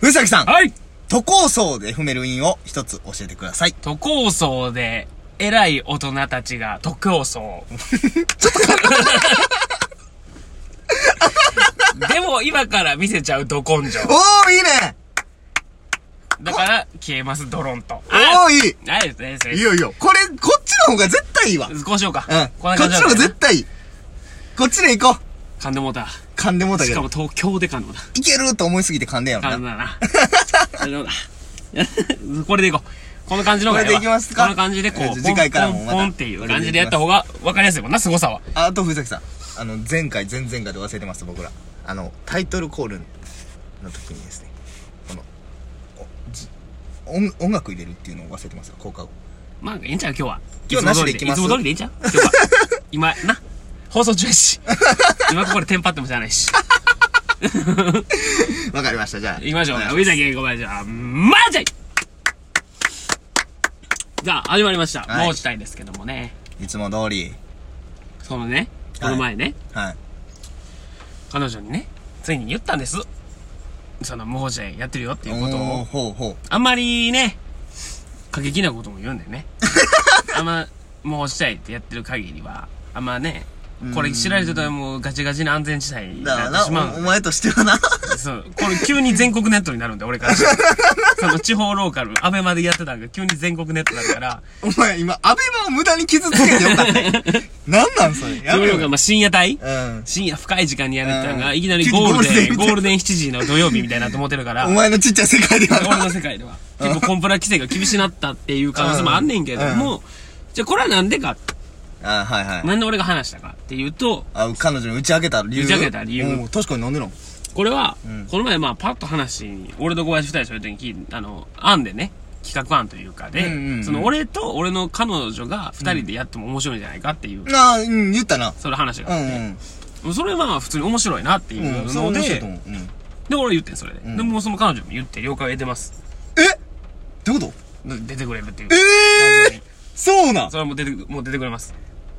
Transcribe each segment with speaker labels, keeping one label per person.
Speaker 1: 古崎さん、
Speaker 2: はい
Speaker 1: 都構想で踏める韻を一つ教えてください。
Speaker 2: 都構想で、偉い大人たちが都構想。でも今から見せちゃうど根性。
Speaker 1: おー、いいね
Speaker 2: だから消えますドロンと。
Speaker 1: おー、い
Speaker 2: ないですね、先
Speaker 1: いいい
Speaker 2: 生。
Speaker 1: よいいよ。これ、こっちの方が絶対いいわ。うん。
Speaker 2: こうしようか。こん
Speaker 1: こっちの
Speaker 2: な感じ
Speaker 1: 方が絶対いい。こっちで行こう。
Speaker 2: 噛んでもうた。
Speaker 1: 噛んでもうたけ
Speaker 2: し
Speaker 1: ど
Speaker 2: かも。東京で噛んでもうた。
Speaker 1: いけると思いすぎて噛んでんやろ
Speaker 2: あ
Speaker 1: な。
Speaker 2: の な。あのな。 これでいこう。この感じの方が
Speaker 1: これでいきますか
Speaker 2: この感じでこ
Speaker 1: えー
Speaker 2: う、
Speaker 1: 次回からも
Speaker 2: ポン
Speaker 1: ま
Speaker 2: ポ
Speaker 1: た
Speaker 2: ンポンっていう感じでやった方が分かりやすいもんな、凄さは。
Speaker 1: あと、藤崎さん。あの、前回、前々回で忘れてます、僕ら。あの、タイトルコールの時にですね、この、おじ音音楽入れるっていうのを忘れてますよ、効果を。
Speaker 2: まあ、ええんちゃう今日は。
Speaker 1: 今日なしでいきます
Speaker 2: いつも通りでいつも通りでいいんちゃう今 日は。今、な。放送中やし。今ここでテンパっても知らないし。
Speaker 1: わかりました、じゃあ。
Speaker 2: 行きましょう。
Speaker 1: お願い
Speaker 2: 上崎英子林は、マジャイじゃあ、始まりました。
Speaker 1: はい
Speaker 2: もうしたいですけどもね。
Speaker 1: いつも通り。
Speaker 2: そのね、こ
Speaker 1: はい
Speaker 2: の前ね、
Speaker 1: はい。
Speaker 2: 彼女にね、ついに言ったんです。その、もうじゃやってるよっていうこと
Speaker 1: おー
Speaker 2: を。
Speaker 1: ほうほう。
Speaker 2: あんまりね、過激なことも言うんだ よね。あんま、もうしたいってやってる限りは、あんまね、これ知られてたらもうガチガチな安全地帯に
Speaker 1: だから
Speaker 2: なってしまう
Speaker 1: な、おお前としてはな。
Speaker 2: そう、これ急に全国ネットになるんで、俺から したら。その地方ローカル、アベマでやってたんが急に全国ネットになるから、
Speaker 1: お前今、アベマを無駄に傷つけてよかった ね。なんなんそれ。
Speaker 2: 地
Speaker 1: や
Speaker 2: 方
Speaker 1: めろ
Speaker 2: ローカル、まあ、深夜帯
Speaker 1: うん。
Speaker 2: 深夜深い時間にやるってたの
Speaker 1: う
Speaker 2: が、
Speaker 1: ん
Speaker 2: いきなりゴールデ
Speaker 1: 急
Speaker 2: ン、
Speaker 1: にゴ
Speaker 2: ゴ
Speaker 1: ー
Speaker 2: ー
Speaker 1: ル
Speaker 2: ルデン7時の土曜日みたいなと思ってるから
Speaker 1: お、前のちっちゃい世界で は
Speaker 2: 俺
Speaker 1: な。
Speaker 2: の世界では。結構コンプラ規制が厳しなったっていう可能性もあんねんけども、じゃあこれはなんでか、
Speaker 1: あ、はいはい。
Speaker 2: なんで俺が話したかっていうと、
Speaker 1: あ、彼女に打ち明けた理由。
Speaker 2: 打ち明けた理由
Speaker 1: うん確かになんでなん
Speaker 2: これは、この前まあパッと話に、俺と小林二人そういう時に聞い、あの、案でね、企画案というかで、
Speaker 1: うんうんうん
Speaker 2: その俺と俺の彼女が二人でやっても面白いんじゃないかっていう、
Speaker 1: なあ、うん、言ったな。
Speaker 2: その話
Speaker 1: う
Speaker 2: があって、
Speaker 1: ん
Speaker 2: それはまあ普通に面白いなってい
Speaker 1: うん。うん、
Speaker 2: う
Speaker 1: それ
Speaker 2: の
Speaker 1: 面
Speaker 2: で、
Speaker 1: 白いと
Speaker 2: で
Speaker 1: 思う。うん。え
Speaker 2: 俺言ってんそれで、
Speaker 1: ん
Speaker 2: でもうその彼女も言って了解を得てます。
Speaker 1: どういうこと
Speaker 2: で出てくれるっていう。
Speaker 1: ええー、そうなん
Speaker 2: それはもう出てく、もう出てくれます。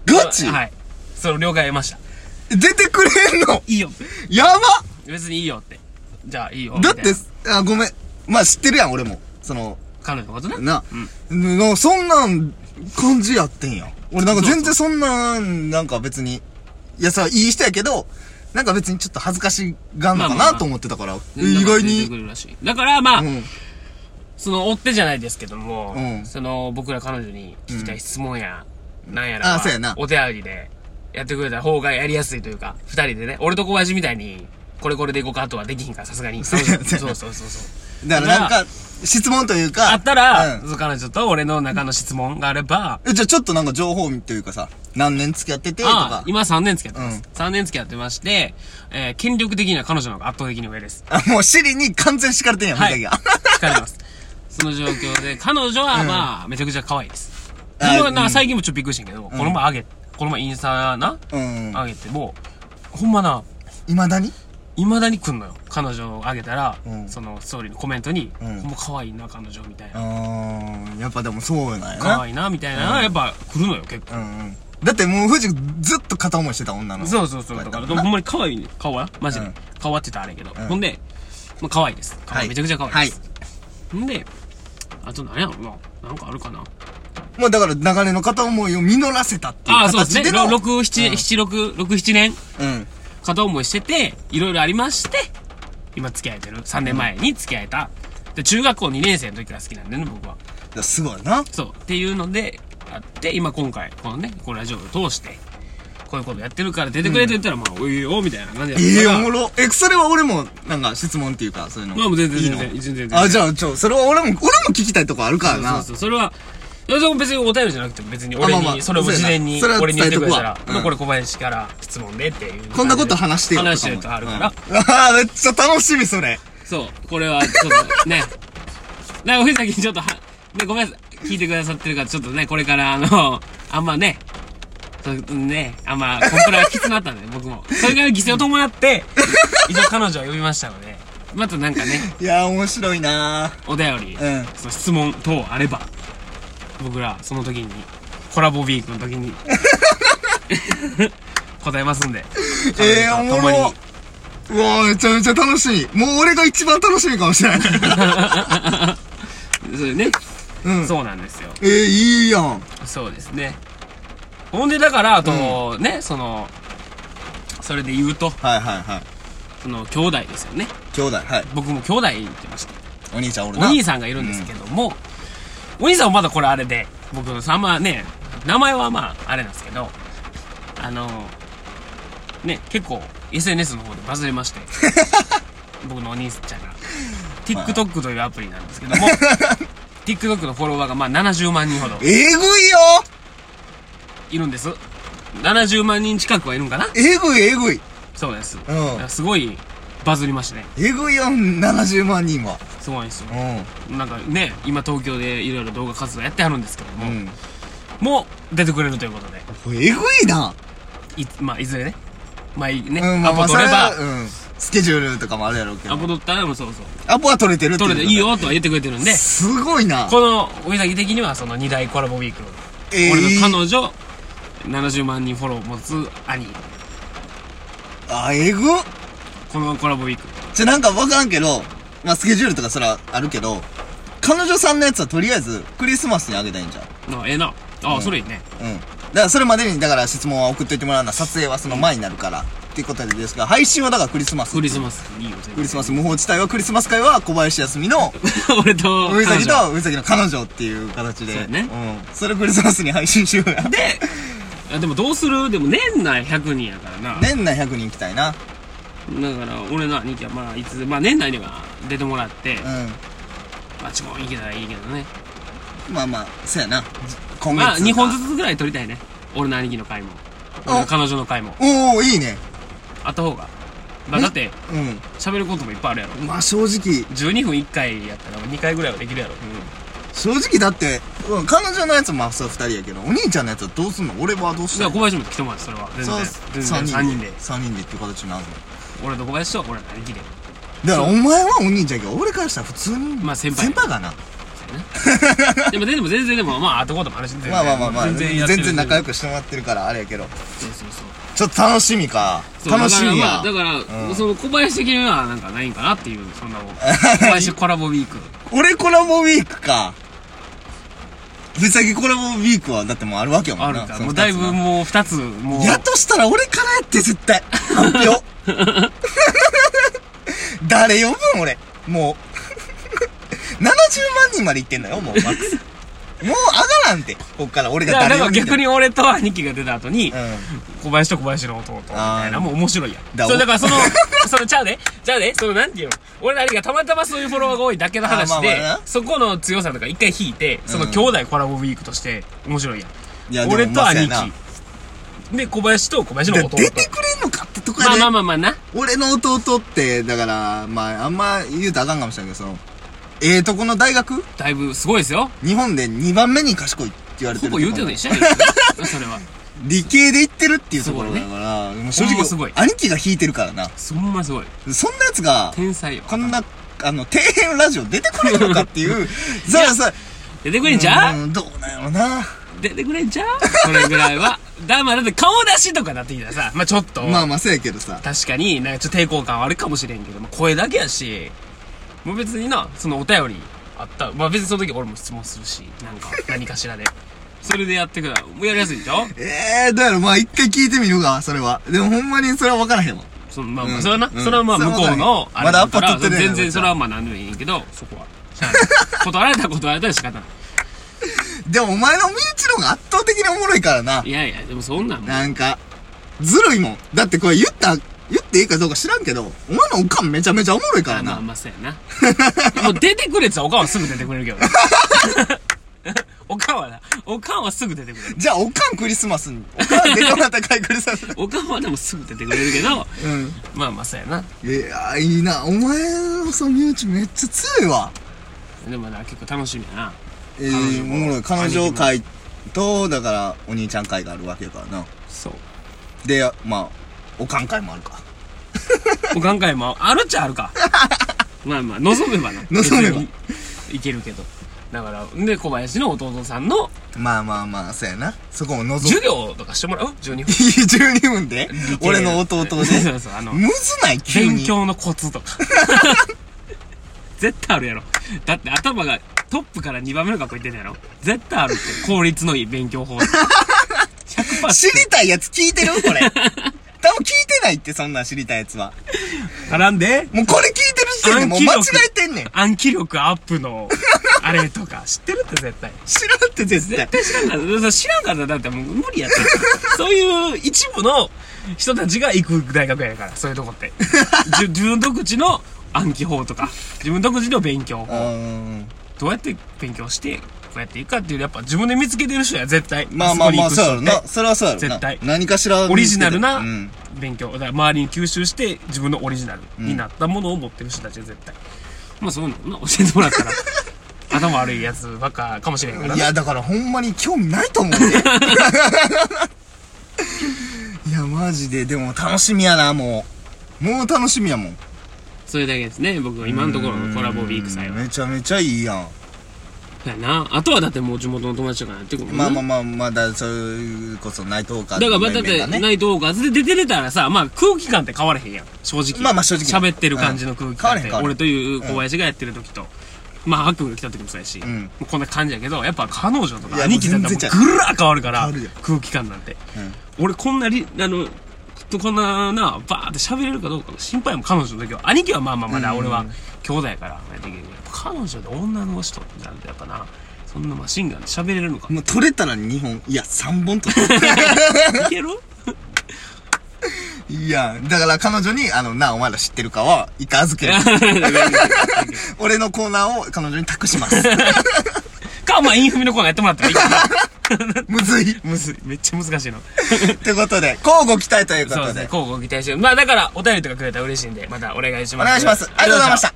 Speaker 1: ガチ、
Speaker 2: はい。その了解を得ました。
Speaker 1: 出てくれんの
Speaker 2: いいよ。
Speaker 1: やば
Speaker 2: 別にいいよって。じゃあいいよ。
Speaker 1: だっ
Speaker 2: みた
Speaker 1: て
Speaker 2: いな、
Speaker 1: あ、ごめん。まあ知ってるやん、俺も。その、
Speaker 2: 彼女のことね。
Speaker 1: な、のそんなん感じやってんや。俺なんか全然そんなん、なんか別に、いやさ、いい人やけど、なんか別にちょっと恥ずかしがんのか
Speaker 2: まあまあま
Speaker 1: な
Speaker 2: あ
Speaker 1: と思ってたから、意外
Speaker 2: 出てく
Speaker 1: に。
Speaker 2: るらしい。だからまあ、
Speaker 1: うん。
Speaker 2: その、追ってじゃないですけども、
Speaker 1: うん
Speaker 2: その、僕ら彼女に聞きたい質問や、なんやら
Speaker 1: あ
Speaker 2: は、
Speaker 1: そうやな
Speaker 2: お手上げで、やってくれた方がやりやすいというか、二人でね、俺と小林みたいに、これこれでいこうかとはできひんから、さすがに。そうう
Speaker 1: や
Speaker 2: そ
Speaker 1: な
Speaker 2: うそうそうそう。
Speaker 1: だからなんか、質問というか。
Speaker 2: あったら、
Speaker 1: うん
Speaker 2: その彼女と俺の中の質問があれば、
Speaker 1: えじゃあちょっとなんか情報というかさ、何年付き合っててと
Speaker 2: あ
Speaker 1: か。
Speaker 2: 今3年付き合って
Speaker 1: う
Speaker 2: ま
Speaker 1: ん
Speaker 2: す。三3年付き合ってまして、えー権力的には彼女の方が圧倒的に上です。
Speaker 1: あ、もう尻に完全敷かれてんやん、
Speaker 2: はい。
Speaker 1: み
Speaker 2: 惹
Speaker 1: たい
Speaker 2: かれます。その状況で、彼女はまあ、めちゃくちゃ可愛いです。
Speaker 1: あ
Speaker 2: 僕は
Speaker 1: う
Speaker 2: なん最近もちょっとびっくりしてんけど、この前あげ、この前インスタな、
Speaker 1: うん
Speaker 2: あげても、ほんまな、
Speaker 1: いまだに
Speaker 2: 未だに来んのよ。彼女をあげたら
Speaker 1: うん、
Speaker 2: そのストーリーのコメントに、
Speaker 1: う
Speaker 2: ほ
Speaker 1: ん
Speaker 2: んま可愛いな、彼女、みたいうな。
Speaker 1: ーん、やっぱでもそうなんやな。
Speaker 2: 可愛いな、みたいな、やっぱ来るのよ、結構。
Speaker 1: うんうん。だってもう藤ずっと片思いしてた女の。
Speaker 2: そうそうそう。だから、でもほんまに可愛いね顔はマジ
Speaker 1: う
Speaker 2: で
Speaker 1: ん。
Speaker 2: 顔はって言ったらあれやけど。
Speaker 1: ん
Speaker 2: ほんで、まあ可愛いです。可
Speaker 1: は
Speaker 2: 愛
Speaker 1: い
Speaker 2: い。めちゃくちゃ可愛いです。ほんで、あと何やろな。なんかあるかな。
Speaker 1: まあだから流れの片思いを実らせたっていう
Speaker 2: ああ、そうです
Speaker 1: 形
Speaker 2: ね。
Speaker 1: での。
Speaker 2: 6、7、7、6、6、7年
Speaker 1: うん。
Speaker 2: 片思いしてて、いろいろありまして、今付き合えてる。3年前に付き合えた。で、中学校2年生の時から好きなんだよね、僕は。
Speaker 1: いやすごいな。
Speaker 2: そう。っていうので、あって、今今回、このね、このラジオを通して、こういうことやってるから出てくれと言ったら、まあ、おいよ、みたいな感じだっ
Speaker 1: え
Speaker 2: た
Speaker 1: え
Speaker 2: から
Speaker 1: おもろ。え、それは俺も、なんか質問っていうか、そういうの。
Speaker 2: まあもう全然
Speaker 1: いいの
Speaker 2: 全然全然全然
Speaker 1: あ、じゃあ、ちょ、それは俺も、俺も聞きたいとこあるからな。
Speaker 2: そうそうそうそれはそれは別にお便りじゃなくても別に俺
Speaker 1: あまあまあ
Speaker 2: にそれを事前に
Speaker 1: そうやな
Speaker 2: 俺に言ってくれたら
Speaker 1: それは伝えとくわうん
Speaker 2: まあこれ小林から質問でっていう
Speaker 1: こんなこと話してよ
Speaker 2: 話してるとあるから
Speaker 1: うんああ、めっちゃ楽しみ、それ。
Speaker 2: そうこれはちょっとね なんか藤崎ちょっとはねごめんなさい聞いてくださってるからちょっとねこれからあの あんまねそうね、あんまコンプラがきつくなったんで、僕も。それから犠牲を伴って、一応彼女を呼びましたので、またなんかね、
Speaker 1: いやー、面白いな
Speaker 2: お便り、
Speaker 1: うん
Speaker 2: その質問等あれば僕らその時にコラボウィークの時 に答えますんで
Speaker 1: えー
Speaker 2: 彼女と共に
Speaker 1: おもろうわめちゃめちゃ楽しみ。もう俺が一番楽しみかも しれない。
Speaker 2: そうね、
Speaker 1: うん。
Speaker 2: そうなんですよ。
Speaker 1: えー、いいやん。
Speaker 2: そうですね。ほんで、だから、あと、ね、その、それで言うと、
Speaker 1: はいはいはい。
Speaker 2: その、兄弟ですよね。
Speaker 1: 兄弟、はい。
Speaker 2: 僕も兄弟言ってまして。
Speaker 1: お兄ちゃんおる
Speaker 2: お
Speaker 1: な。
Speaker 2: 兄さんがいるんですけども、お兄さんはまだこれあれで、僕のさ、まあね、名前はまあ、あれなんですけど、あの、ね、結構、SNS の方でバズれまして、僕のお兄ちゃんが。TikTok というアプリなんですけども、TikTok のフォロワーがまあ70万人ほど
Speaker 1: えぐいよ
Speaker 2: いるんです。70万人近くはいるんかな
Speaker 1: えぐいえぐい。
Speaker 2: そうです。だ
Speaker 1: う
Speaker 2: から
Speaker 1: ん。
Speaker 2: すごいバズりましたね。
Speaker 1: えぐいやん、70万人は。
Speaker 2: すごいんですよ。
Speaker 1: う
Speaker 2: なんかね、今東京でいろいろ動画活動やってはるんですけども、
Speaker 1: ん。
Speaker 2: もう出てくれるということで。
Speaker 1: うん。えぐいな。
Speaker 2: いまあいずれねまあいいね、
Speaker 1: うん、まあ
Speaker 2: ア
Speaker 1: ま
Speaker 2: ポ
Speaker 1: あ、
Speaker 2: 取れば、
Speaker 1: それはうん。スケジュールとかもあるやろうけど
Speaker 2: ア。ポ取ったらもうそうそう
Speaker 1: アポは取れてるって
Speaker 2: 取れていい
Speaker 1: よ。
Speaker 2: よとは言ってくれてるんで
Speaker 1: すごいな。
Speaker 2: このおいさぎ的にはその2大コラボウィーク、
Speaker 1: ええ
Speaker 2: 俺の彼女70万人フォロー持つ兄
Speaker 1: あ、えぐ
Speaker 2: このコラボウィーク
Speaker 1: じゃ、なんかわからんけど、まあ、スケジュールとかそらあるけど、彼女さんのやつはとりあえず、クリスマスにあげたいんじゃん。
Speaker 2: のええなああ、それいいね
Speaker 1: うん。だから、それまでに、だから質問は送っといてもらうな。撮影はその前になるから。っていうことでですが、配信はだからクリスマス。
Speaker 2: クリスマスいいよ全然
Speaker 1: クリスマス無法地帯はクリスマス会は小林康美の
Speaker 2: 俺と
Speaker 1: 上
Speaker 2: 彼
Speaker 1: 崎
Speaker 2: 女
Speaker 1: と上崎の彼女っていう形で
Speaker 2: そうね
Speaker 1: うん、それクリスマスに配信しようや
Speaker 2: で あでもどうするでも年内100人やからな、
Speaker 1: 年内100人行きたいな
Speaker 2: だから俺の兄貴はまあいつまあ年内には出てもらって、
Speaker 1: う
Speaker 2: まあちも行けたらいいけどね
Speaker 1: んまあまあそうやな今月
Speaker 2: まあ、2本ずつぐらい撮りたいね。俺の兄貴の回も。俺の彼女の回も。
Speaker 1: おおいいね
Speaker 2: あった方が。まあ、だって、
Speaker 1: う
Speaker 2: 喋ることもいっぱいあるやろ。
Speaker 1: んまあ正直
Speaker 2: 12分1回やったら2回ぐらいはできるやろ。
Speaker 1: 正直だって、うん、彼女のやつもまあそう2人やけどお兄ちゃんのやつはどうすんの俺はどうし
Speaker 2: じ
Speaker 1: た
Speaker 2: ゃあ
Speaker 1: の
Speaker 2: 小林も来てもらって、それは。全然。全然3人で。
Speaker 1: 3人でって形になるの
Speaker 2: 俺と小林と俺の兄貴で。
Speaker 1: だからお前はお兄ちゃんやけど俺からしたら普通に
Speaker 2: まあ先輩
Speaker 1: 先輩かな
Speaker 2: ねでも、でも全然でも、まあ、会ったこともあるし、全然。
Speaker 1: まあまあまあまあ
Speaker 2: 全然やってる。
Speaker 1: 仲良
Speaker 2: く。
Speaker 1: くしてもらってるからあれやけど
Speaker 2: そうそうそ
Speaker 1: ちょっと楽しみか
Speaker 2: う。
Speaker 1: 楽しみや
Speaker 2: そうだから、まあだから
Speaker 1: うん
Speaker 2: その小林的にはなんかないんかなっていう、 そんなもん。小林コラボウィーク。
Speaker 1: 俺コラボウィークかぶっちゃけコラボウィークはだってもうあるわけやも
Speaker 2: あ
Speaker 1: ん
Speaker 2: る
Speaker 1: な
Speaker 2: か。
Speaker 1: その
Speaker 2: もう
Speaker 1: 二つ
Speaker 2: だい
Speaker 1: な
Speaker 2: ぶもう2つ、もう。
Speaker 1: やとしたら俺からやって絶対発表 誰呼ぶん俺もう 70万人までいってんのよもうマックスもうあがらんてこっから俺が
Speaker 2: だから
Speaker 1: 誰呼
Speaker 2: だから
Speaker 1: んでんの
Speaker 2: 逆に俺と兄貴が出た後に、
Speaker 1: う
Speaker 2: 小林と小林の弟みたい
Speaker 1: あー
Speaker 2: な、もう面白いや
Speaker 1: だ
Speaker 2: ん。そう、だからその、その、ち ゃうで、ちゃうで、その、なんていうの、俺ら兄がたまたまそういうフォロワーが多いだけの話
Speaker 1: あーまあ
Speaker 2: で
Speaker 1: まあな、
Speaker 2: そこの強さとか一回引いて、その兄弟コラボウィークとして面白いや
Speaker 1: んいや
Speaker 2: ん。
Speaker 1: でも
Speaker 2: 俺と
Speaker 1: まあそうや
Speaker 2: 兄
Speaker 1: な
Speaker 2: 貴。で、小林と小林の
Speaker 1: だ
Speaker 2: 弟
Speaker 1: 出。てくれんのかってとこや
Speaker 2: まあ
Speaker 1: で
Speaker 2: まあまあまあな。
Speaker 1: 俺の弟って、だから、まあ、あんま言うとあかんかもしれんけど、その、ええとこの大学
Speaker 2: だいぶすごいですよ。
Speaker 1: 日本で2番目に賢いって言われて
Speaker 2: ほ
Speaker 1: る。
Speaker 2: ぼ言うてるの一緒やん。 それは。
Speaker 1: 理系で言ってるっていうところだから、もう正
Speaker 2: ほん
Speaker 1: 直
Speaker 2: ますごい、
Speaker 1: 兄貴が弾いてるからな。
Speaker 2: そんますごい。
Speaker 1: そんなやつが、
Speaker 2: 天才よ。
Speaker 1: こんな、あの、底辺ラジオ出てこれるのかって いう、さあさ、
Speaker 2: 出てくれんじゃん
Speaker 1: うんどうなんやろな。
Speaker 2: 出てくれんじゃんそれぐらいは。だ、まあ、だって顔出しとかなってきたらさ、まあちょっと、
Speaker 1: まあまあ、そうやけどさ。
Speaker 2: 確かに、なんかちょっと抵抗感はあるかもしれんけど、まあ声だけやし、もう別にな、そのお便りあった、まあ別にその時俺も質問するし、なんか、何か しらで。それでやってくら、もうやりやすいでしょ
Speaker 1: ええー、だからまあ一回聞いてみるが、それは。でもほんまにそれは分からへんわ。
Speaker 2: そのまあ、
Speaker 1: うん
Speaker 2: それはな、
Speaker 1: うん
Speaker 2: それはまあ
Speaker 1: それは
Speaker 2: 向こうの、
Speaker 1: まだ
Speaker 2: あれだか
Speaker 1: まだアッ
Speaker 2: ら、
Speaker 1: プ取ってね
Speaker 2: 全然それはまあ何でもいいんやけど、そこは。しゃあない断られたら断られたら仕方ない。
Speaker 1: でもお前の身内の方が圧倒的におもろいからな。
Speaker 2: いやいや、でもそんなんもう
Speaker 1: なんか、ずるいもん。だってこれ言った、言っていいかどうか知らんけど、お前のおかんめちゃめちゃおもろいから
Speaker 2: まあ
Speaker 1: な。
Speaker 2: まあそうやな もう出てくれって言ったらおかんはすぐ出てくれるけどね おかんはなおかんはすぐ出てくれる
Speaker 1: じゃあ、おかんクリスマスに。おかんでどなたかいクリスマス
Speaker 2: おかんはでもすぐ出てくれるけど
Speaker 1: うん。
Speaker 2: まあまあそうやない
Speaker 1: やー、いいな。お前のその身内めっちゃ強いわ。
Speaker 2: でもな結構楽しみやな
Speaker 1: え
Speaker 2: 彼
Speaker 1: ー、
Speaker 2: 女
Speaker 1: お
Speaker 2: も
Speaker 1: もろい。彼女会と、だから、お兄ちゃん会があるわけやからな。
Speaker 2: そう
Speaker 1: で、まあ、おかん会もあるか。
Speaker 2: おかん会 もあるっちゃあるかまあまあ望めばな
Speaker 1: 望めば
Speaker 2: 別にいけるけどだから、で、小林の弟さんの
Speaker 1: まあまあまあ、そうやな。そこも覗
Speaker 2: 授
Speaker 1: く。
Speaker 2: 業とかしてもらう ?12 分。
Speaker 1: 12分で
Speaker 2: 系
Speaker 1: 俺の弟で。
Speaker 2: そうそうあの
Speaker 1: むずない急に。
Speaker 2: 勉強のコツと か。絶対あるやろ。だって頭がトップから2番目の学校行ってんやろ。絶対あるって。効率のいい勉強 法。100%
Speaker 1: 知りたいやつ聞いてるこれ。多分聞いてないって、そんなん知りたいやつは。
Speaker 2: 絡んで、
Speaker 1: もうこれ聞いてる時点でもう間違えてんねん。
Speaker 2: 暗記力アップの、あれとか知ってるって絶対。
Speaker 1: 知らんって絶対。
Speaker 2: 知らんかった。知らんかったらだってもう無理やって。そういう一部の人たちが行く大学やから、そういうとこ って。じゅ自分独自の暗記法とか、自分独自の勉強
Speaker 1: う
Speaker 2: 法。
Speaker 1: ーん。
Speaker 2: どうやって勉強して、こうやっていくかっていう、やっぱ自分で見つけてる人や、絶対。
Speaker 1: まあまあまあ、
Speaker 2: そこ
Speaker 1: そう
Speaker 2: に
Speaker 1: やろ
Speaker 2: 行く人って
Speaker 1: な。それはそうやろな。
Speaker 2: 絶対
Speaker 1: 何かしら見つけて。
Speaker 2: オリジナルな
Speaker 1: うん。
Speaker 2: 勉強。だから周りに吸収して、自分のオリジナルになったものを持ってる人たちは絶対。まあそういうのな教えてもらったら、 頭悪いやつばっかかもしれんから
Speaker 1: い
Speaker 2: な。
Speaker 1: や、だからほんまに興味ないと思うで。 いや、マジで、でも楽しみやな、もう。もう楽しみやもん。
Speaker 2: それだけですね、僕は今のところのコラボウィーク祭は。
Speaker 1: めちゃめちゃいいやん。
Speaker 2: やな。あとはだってもう地元の友達とかになってくるもん
Speaker 1: ま
Speaker 2: な
Speaker 1: あまあまあ、まだ、それこそ内藤か。
Speaker 2: だから、まあだ
Speaker 1: 面
Speaker 2: っ
Speaker 1: 々
Speaker 2: て、
Speaker 1: がね
Speaker 2: ナイトオーカーズで出てれたらさ、まあ空気感って変わらへんやん。正直。
Speaker 1: まあまあ正直
Speaker 2: 喋ってる感じの空気感って。
Speaker 1: うん変わらへ
Speaker 2: 俺
Speaker 1: ん
Speaker 2: という小林がやってる時と、まあ、ハックンが来た時もそうやし、
Speaker 1: ん
Speaker 2: もうこんな感じやけど、やっぱ彼女と
Speaker 1: い
Speaker 2: か
Speaker 1: や
Speaker 2: 兄貴だった
Speaker 1: も
Speaker 2: らもう
Speaker 1: う全
Speaker 2: ぐ
Speaker 1: 然
Speaker 2: ら
Speaker 1: ちゃう
Speaker 2: ー変わるから
Speaker 1: 変わるよ、
Speaker 2: 空気感なんて。
Speaker 1: うん
Speaker 2: 俺こんなり、あの、とこんなな、バーって喋れるかどうかの心配も彼女の時は、兄貴はまあまあまだ
Speaker 1: うん
Speaker 2: 俺は兄弟やから、できるけどやっぱ彼女で女の人ってなるとやっぱな、そんなマシンガンで喋れる のか。い
Speaker 1: もう取れたら2本、いや、3本と取って。
Speaker 2: ける
Speaker 1: いや、だから彼女に、あの、なあ、お前ら知ってるかは、一回預ける。 俺のコーナーを彼女に託します。
Speaker 2: か、まあ、インフミのコーナーやってもらったらいいけ
Speaker 1: むずい。
Speaker 2: ど むずい。めっちゃ難しいの。
Speaker 1: ってことで、交互期待というこ
Speaker 2: そう
Speaker 1: と
Speaker 2: です
Speaker 1: で
Speaker 2: ね。。交互期待して。まあ、だから、お便りとかくれたら嬉しいんで、またお願いします。
Speaker 1: お願いします。ありがとうございました。